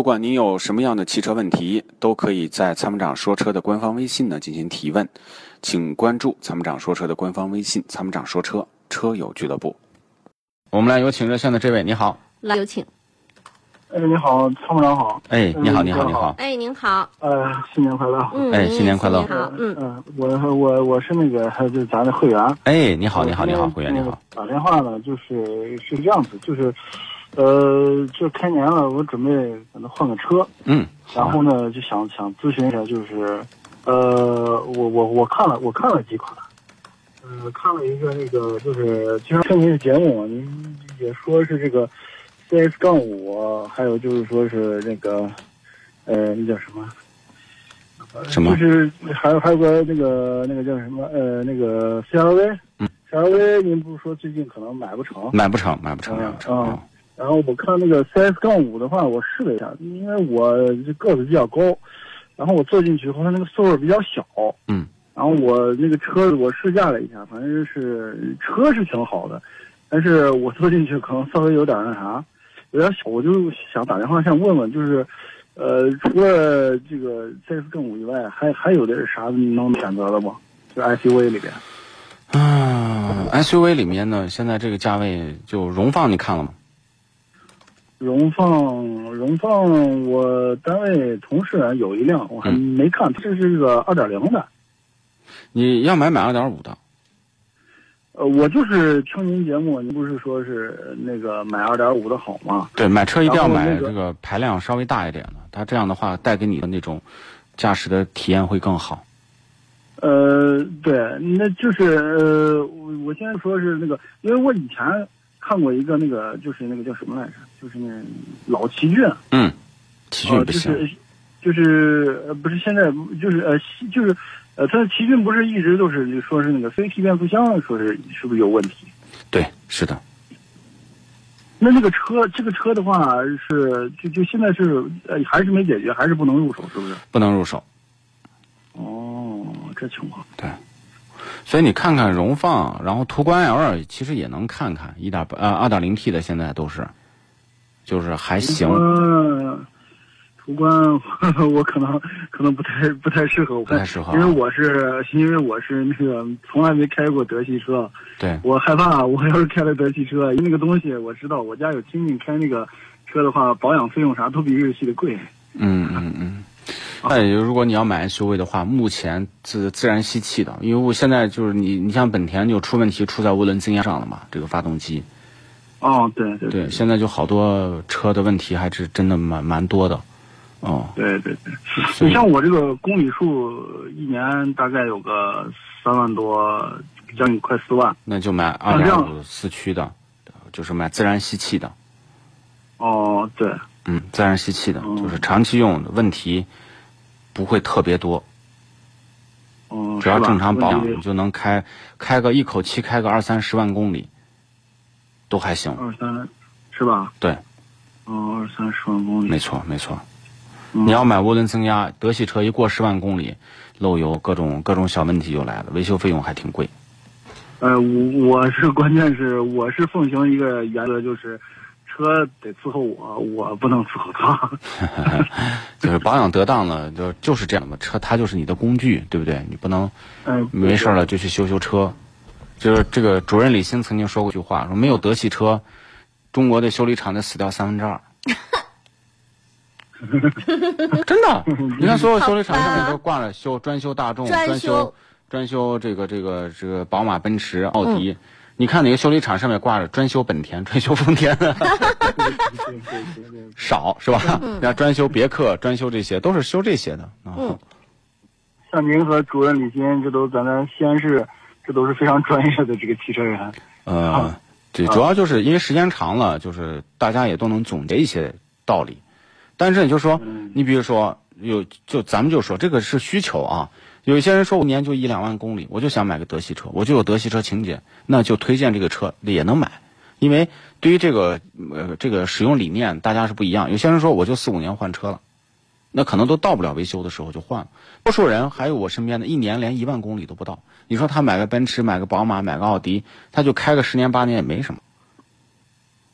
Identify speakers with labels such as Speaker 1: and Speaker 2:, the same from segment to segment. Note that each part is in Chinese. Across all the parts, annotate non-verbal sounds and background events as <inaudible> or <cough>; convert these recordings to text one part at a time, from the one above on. Speaker 1: 不管您有什么样的汽车问题，都可以在参谋长说车的官方微信呢进行提问，请关注参谋长说车的官方微信“参谋长说车车友俱乐部”。我们来有请热线的这位，你好，
Speaker 2: 来有请。
Speaker 3: 哎，你好，参谋长嗯好。
Speaker 1: 哎，你好，你好，你好，
Speaker 2: 哎，您好，
Speaker 3: 呃，新年快乐。
Speaker 2: 嗯，
Speaker 1: 哎
Speaker 2: 您
Speaker 1: 新年快乐
Speaker 2: 新年好，
Speaker 3: 嗯、
Speaker 2: 嗯，
Speaker 3: 我我我是那个，就是咱的会员。
Speaker 1: 哎，你好，你好，你好，
Speaker 3: 我
Speaker 1: 会员你好，。
Speaker 3: 打电话呢，就是是这样子，就是，呃，这开年了，我准备可能换个车，
Speaker 1: 嗯，好
Speaker 3: 然
Speaker 1: 啊，
Speaker 3: 后呢，就想想咨询一下，就是，呃，我我我看了我看了几款，呃，看了一个那个，就是经常听您的节目，您也说是这个 CS 杠五，还有就是说是那个，呃，那叫什么？
Speaker 1: 什么
Speaker 3: 就？是还有还有个那个那个叫什么呃那个 CRV，
Speaker 1: 嗯
Speaker 3: c r v 您不是说最近可能买不成？
Speaker 1: 买不成，买不成，买不成。
Speaker 3: 嗯
Speaker 1: 啊
Speaker 3: 然后我看那个 CS 杠五的话，我试了一下，因为我这个子比较高，然后我坐进去后，它那个座位比较小，
Speaker 1: 嗯，
Speaker 3: 然后我那个车子我试驾了一下，反正是车是挺好的，但是我坐进去可能稍微有点那啥，有点小，我就想打电话想问问，就是，呃，除了这个 CS 杠五以外，还还有的是啥能选择的吗？就 SUV 里边，嗯
Speaker 1: 啊，SUV 里面呢，现在这个价位就荣放，你看了吗？
Speaker 3: 荣放，荣放，我单位同事啊有一辆，我还
Speaker 1: 嗯
Speaker 3: 没看，这是个二点零的。
Speaker 1: 你要买买二点五的，
Speaker 3: 呃，我就是听您节目，您不是说是那个买二点五的好吗？
Speaker 1: 对，买车一定要买
Speaker 3: 然后那个
Speaker 1: 这个排量稍微大一点的，它这样的话带给你的那种驾驶的体验会更好。
Speaker 3: 呃，对，那就是呃，我我现在说是那个，因为我以前看过一个那个，就是那个叫什么来着，就是那老奇骏，
Speaker 1: 嗯，奇
Speaker 3: 呃
Speaker 1: 骏，不
Speaker 3: 就
Speaker 1: 行，
Speaker 3: 是就是呃，不是现在就是呃，西就是呃，它的奇骏不是一直都是说是那个非气变速箱，说是是不是有问题？
Speaker 1: 对，是的，
Speaker 3: 那那个车，这个车的话是就就现在是呃还是没解决，还是不能入手，是不是？
Speaker 1: 不能入手。
Speaker 3: 哦，这情况。
Speaker 1: 所以你看看荣放，然后途观 L 其实也能看看一点呃二点零 T 的现在都是，就是还行。
Speaker 3: 嗯，途观，我 <laughs> 我可能可能不太不太适合我，
Speaker 1: 不太适合啊
Speaker 3: 因为我是 <laughs> 因为我是那个从来没开过德系车，
Speaker 1: 对，
Speaker 3: 我害怕我要是开了德系车，因为那个东西我知道，我家有亲戚开那个车的话，保养费用啥都比日系的贵。
Speaker 1: 嗯嗯嗯。那也就是如果你要买 SUV 的话，目前自自然吸气的，因为我现在就是你，你像本田就出问题出在涡轮增压上了嘛，这个发动机。
Speaker 3: 哦，对对
Speaker 1: 对，现在就好多车的问题还是真的蛮蛮多的。哦，
Speaker 3: 对对对，
Speaker 1: 所
Speaker 3: 你
Speaker 1: 以
Speaker 3: 像我这个公里数一年大概有个三万多，将近快四万。
Speaker 1: 那就买二
Speaker 3: 像啊这样
Speaker 1: 点五四驱的，就是买自然吸气的。
Speaker 3: 哦，对，
Speaker 1: 嗯，自然吸气的，
Speaker 3: 嗯
Speaker 1: 就是长期用问题不会特别多，
Speaker 3: 嗯，
Speaker 1: 只要
Speaker 3: 是吧
Speaker 1: 正常保
Speaker 3: 问
Speaker 1: 养，
Speaker 3: 题
Speaker 1: 你就能开开个一口气开个二三十万公里，都还行。
Speaker 3: 二三，是吧？
Speaker 1: 对，
Speaker 3: 嗯，二三十万公里。
Speaker 1: 没错没错。
Speaker 3: 嗯
Speaker 1: 你要买涡轮增压，德系车一过十万公里，漏油各种各种小问题就来了，维修费用还挺贵。
Speaker 3: 呃，我我是关键是我是奉行一个原则，就是车得伺候我，我不能伺候他。 <laughs>
Speaker 1: 就是保养得当了，就就是这样的车，它就是你的工具，对不对？你不能
Speaker 3: 嗯、
Speaker 1: 没事儿了就去修修车。就是这个主任李欣曾经说过一句话，说没有德系车，中国的修理厂得死掉三分之
Speaker 2: <laughs>
Speaker 1: 二。真
Speaker 2: <laughs>
Speaker 1: 的，你看所有修理厂上面都挂着修专修大众、
Speaker 2: 专
Speaker 1: 专
Speaker 2: 修
Speaker 1: 修、专修这个这个这个宝马、奔驰、奥迪。你看哪个修理厂上面挂着专修本田、 <laughs> 专修丰田
Speaker 3: 对对对对对
Speaker 1: 少是吧？ <laughs> 那专修别克、专修这些都是修这些的。啊
Speaker 2: 嗯
Speaker 3: 像您和主任李鑫，这都咱们西安市，这都是非常专业的这个汽车人。
Speaker 1: 呃，对，主要就是因为时间长了，就是大家也都能总结一些道理。但是你就说，
Speaker 3: 嗯
Speaker 1: 你比如说有，就咱们就说这个是需求啊。有一些人说我一年就一两万公里，我就想买个德系车，我就有德系车情节，那就推荐这个车也能买，因为对于这个呃这个使用理念大家是不一样。有些人说我就四五年换车了，那可能都到不了维修的时候就换了。多数人还有我身边的，一年连一万公里都不到。你说他买个奔驰、买个宝马、买个奥迪，他就开个十年八年也没什么。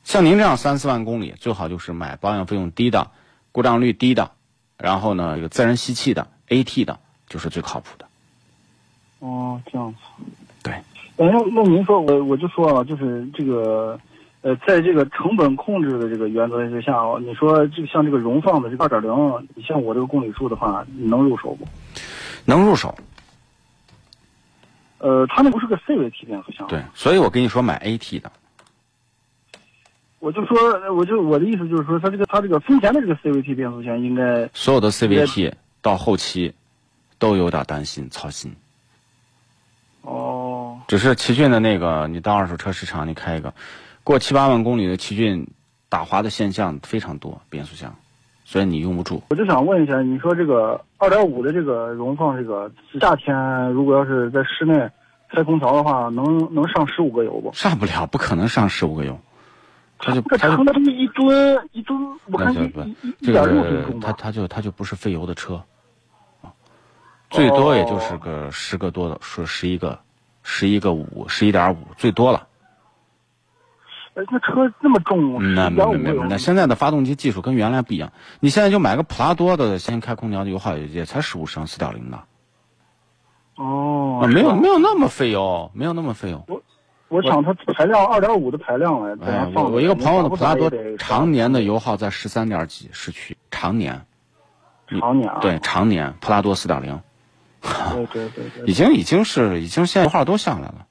Speaker 1: 像您这样三四万公里，最好就是买保养费用低的，故障率低的，然后呢有自然吸气的 AT 的，就是最靠谱的。
Speaker 3: 哦，这样子。
Speaker 1: 对。
Speaker 3: 哎，那那您说，我我就说啊，就是这个，呃，在这个成本控制的这个原则之下，你说这个像这个荣放的这个二点零，你像我这个公里数的话，你能入手不？
Speaker 1: 能入手，
Speaker 3: 呃，它那不是个 C 位提变速箱。
Speaker 1: 对，所以我跟你说买 AT 的，
Speaker 3: 我就说，呃我就我的意思就是说，它这个它这个丰田的这个 CVT 变速箱应该，
Speaker 1: 所有的 CVT 到后期都有点担心操心。
Speaker 3: 哦，
Speaker 1: 只是奇骏的那个，你到二手车市场你开一个，过七八万公里的奇骏打滑的现象非常多，变速箱，所以你用不住。
Speaker 3: 我就想问一下，你说这个二点五的这个荣放，这个夏天如果要是在室内开空调的话，能能上十五个油不？
Speaker 1: 上不了，不可能上十五个油，它就
Speaker 3: 这
Speaker 1: 它就
Speaker 3: 成了这么一吨一吨，我
Speaker 1: 那
Speaker 3: 看
Speaker 1: 就
Speaker 3: 一
Speaker 1: 不
Speaker 3: 一一
Speaker 1: 这
Speaker 3: 点六吨
Speaker 1: 个
Speaker 3: 重
Speaker 1: 它
Speaker 3: 吧。
Speaker 1: 它就它就不是费油的车，啊，最多也
Speaker 3: 哦
Speaker 1: 就是个十个多的，说十一个，十一个五，十一点五最多了。
Speaker 3: 哎那车那么重，
Speaker 1: 嗯那
Speaker 3: 1.5
Speaker 1: 没没没
Speaker 3: 油
Speaker 1: 没，那现在的发动机技术跟原来不一样。你现在就买个普拉多的，先开空调的油耗也也才十五升，四点零的，
Speaker 3: 哦
Speaker 1: 啊，，没有没
Speaker 3: 有，
Speaker 1: 有那么费油，没有那么费油。
Speaker 3: 我想它排量二点五的排量哎，
Speaker 1: 哎呀，
Speaker 3: 放
Speaker 1: 我
Speaker 3: 着
Speaker 1: 我一个朋友的
Speaker 3: 你
Speaker 1: 普拉
Speaker 3: 咋不
Speaker 1: 多
Speaker 3: 咋也得
Speaker 1: 常年的油耗在十三点几市区，常年
Speaker 3: 常年啊，
Speaker 1: 对常年普拉多四点零，
Speaker 3: 对对对对
Speaker 1: 已经已经是已经现在油耗都下来了。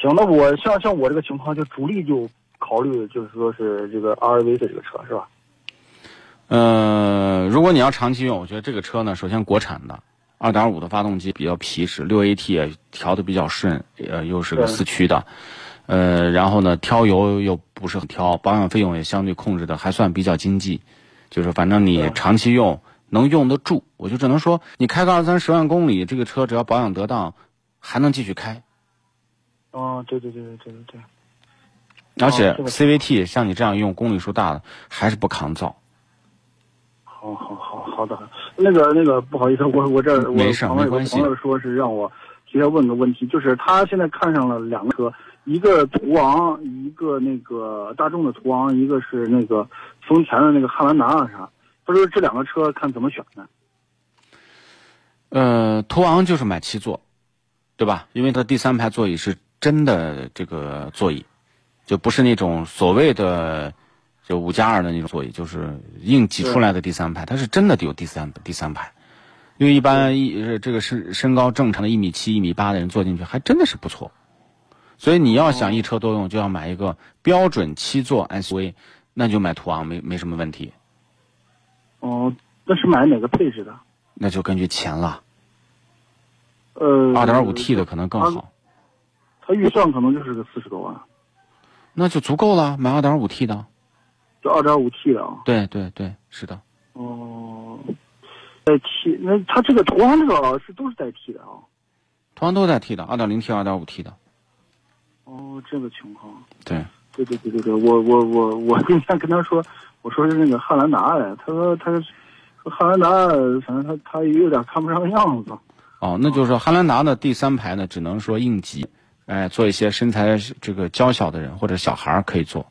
Speaker 3: 行，那我像像我这个情况，就主力就考虑就是说是这个 RV 的这个车是吧？
Speaker 1: 呃，如果你要长期用，我觉得这个车呢，首先国产的。二点五的发动机比较皮实，六 AT 也调的比较顺，呃，又是个
Speaker 3: 对
Speaker 1: 四驱的，呃，然后呢，挑油又不是很挑，保养费用也相对控制的还算比较经济，就是反正你
Speaker 3: 对
Speaker 1: 长期用能用得住，我就只能说你开个二三十万公里，这个车只要保养得当，还能继续开。
Speaker 3: 嗯，对对对对对对对。
Speaker 1: 而且
Speaker 3: 哦是的
Speaker 1: CVT 像你这样用公里数大的还是不抗造，
Speaker 3: 好哦好好好的，那个那个不好意思，我我这儿我
Speaker 1: 没事儿
Speaker 3: 朋友
Speaker 1: 没关系
Speaker 3: 朋友说是让我提前问个问题，就是他现在看上了两个车，一个途昂，一个那个大众的途昂，一个是那个丰田的那个汉兰达啊啥。他说这两个车看怎么选呢？
Speaker 1: 呃，途昂就是买七座，对吧？因为它第三排座椅是真的这个座椅，就不是那种所谓的就五加二的那种座椅，就是硬挤出来的第三排，它是真的有第三第三排。因为一般一呃这个身身高正常的一米七、一米八的人坐进去，还真的是不错。所以你要想一车多用，就要买一个标准七座 SUV，那你就买途昂没没什么问题，
Speaker 3: 哦、那是买哪个配置的？
Speaker 1: 那就根据钱了。
Speaker 3: 呃，
Speaker 1: 二点五 T 的可能更好。
Speaker 3: 他预算可能就是个四十多万，
Speaker 1: 那就足够了，买二点五 T 的。
Speaker 3: 就二点五 T 的啊。
Speaker 1: 对对对，是的，
Speaker 3: 哦、代替那他这个途昂这个是都是代替的啊。
Speaker 1: 途昂都带 T 的，二点零 T、二点五 T 的。
Speaker 3: 哦，这个情况。
Speaker 1: 对，
Speaker 3: 对对对对对，我我我我那天跟他说，我说是那个汉兰达呀，他说他说汉兰达，反正他他也有点看不上样子。
Speaker 1: 哦，那就是说汉兰达的第三排呢，只能说应急，哎，做一些身材这个娇小的人或者小孩儿可以做，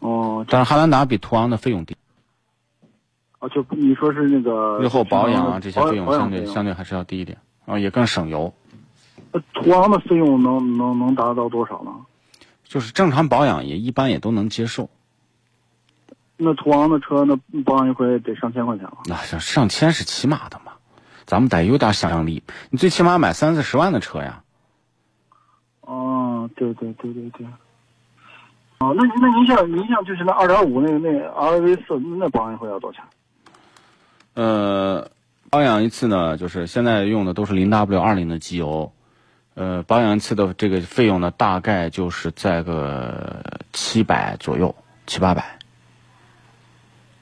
Speaker 3: 哦，这
Speaker 1: 但是汉兰达比途昂的费用低，
Speaker 3: 哦就你说是那个
Speaker 1: 日后保养啊这些费用
Speaker 3: 嗯保
Speaker 1: 相
Speaker 3: 养
Speaker 1: 对
Speaker 3: 费
Speaker 1: 相对还是要低一点，啊、也更省油。
Speaker 3: 那途昂的费用能能能达到多少呢？
Speaker 1: 就是正常保养也一般也都能接受，
Speaker 3: 那途昂的车那保养一回得上千块钱了。
Speaker 1: 那、像上千是起码的嘛，咱们得有点想象力，你最起码买三四十万的车呀，
Speaker 3: 哦，对对对对对。哦，那那您像您像就是那二点五那个那 RV 四那保养一回要多少钱？
Speaker 1: 呃，保养一次呢，就是现在用的都是零 W 二零的机油，呃，保养一次的这个费用呢，大概就是在个七百左右，七八百。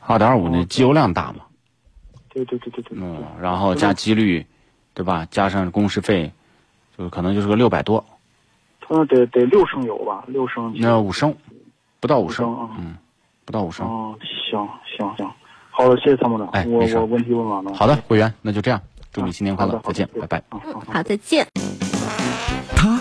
Speaker 1: 二点五
Speaker 3: 哦
Speaker 1: 那机油量大嘛，
Speaker 3: 对对对对对对。
Speaker 1: 嗯，然后加机滤，对吧？加上工时费，就可能就是个六百多，
Speaker 3: 他说得得六升油吧，六升机。
Speaker 1: 那五升，不到五升，
Speaker 3: 啊。
Speaker 1: 嗯，不到五升。
Speaker 3: 哦，行行行，好的，谢谢参谋长，
Speaker 1: 哎
Speaker 3: 我
Speaker 1: 没事
Speaker 3: 我问题问完了。啊
Speaker 1: 好的，会员，那就这样，祝你新年快
Speaker 3: 好
Speaker 1: 乐
Speaker 3: 的，好
Speaker 1: 再
Speaker 3: 的
Speaker 1: 见，拜拜。
Speaker 3: 啊，好好。
Speaker 2: 好，再见。
Speaker 4: 它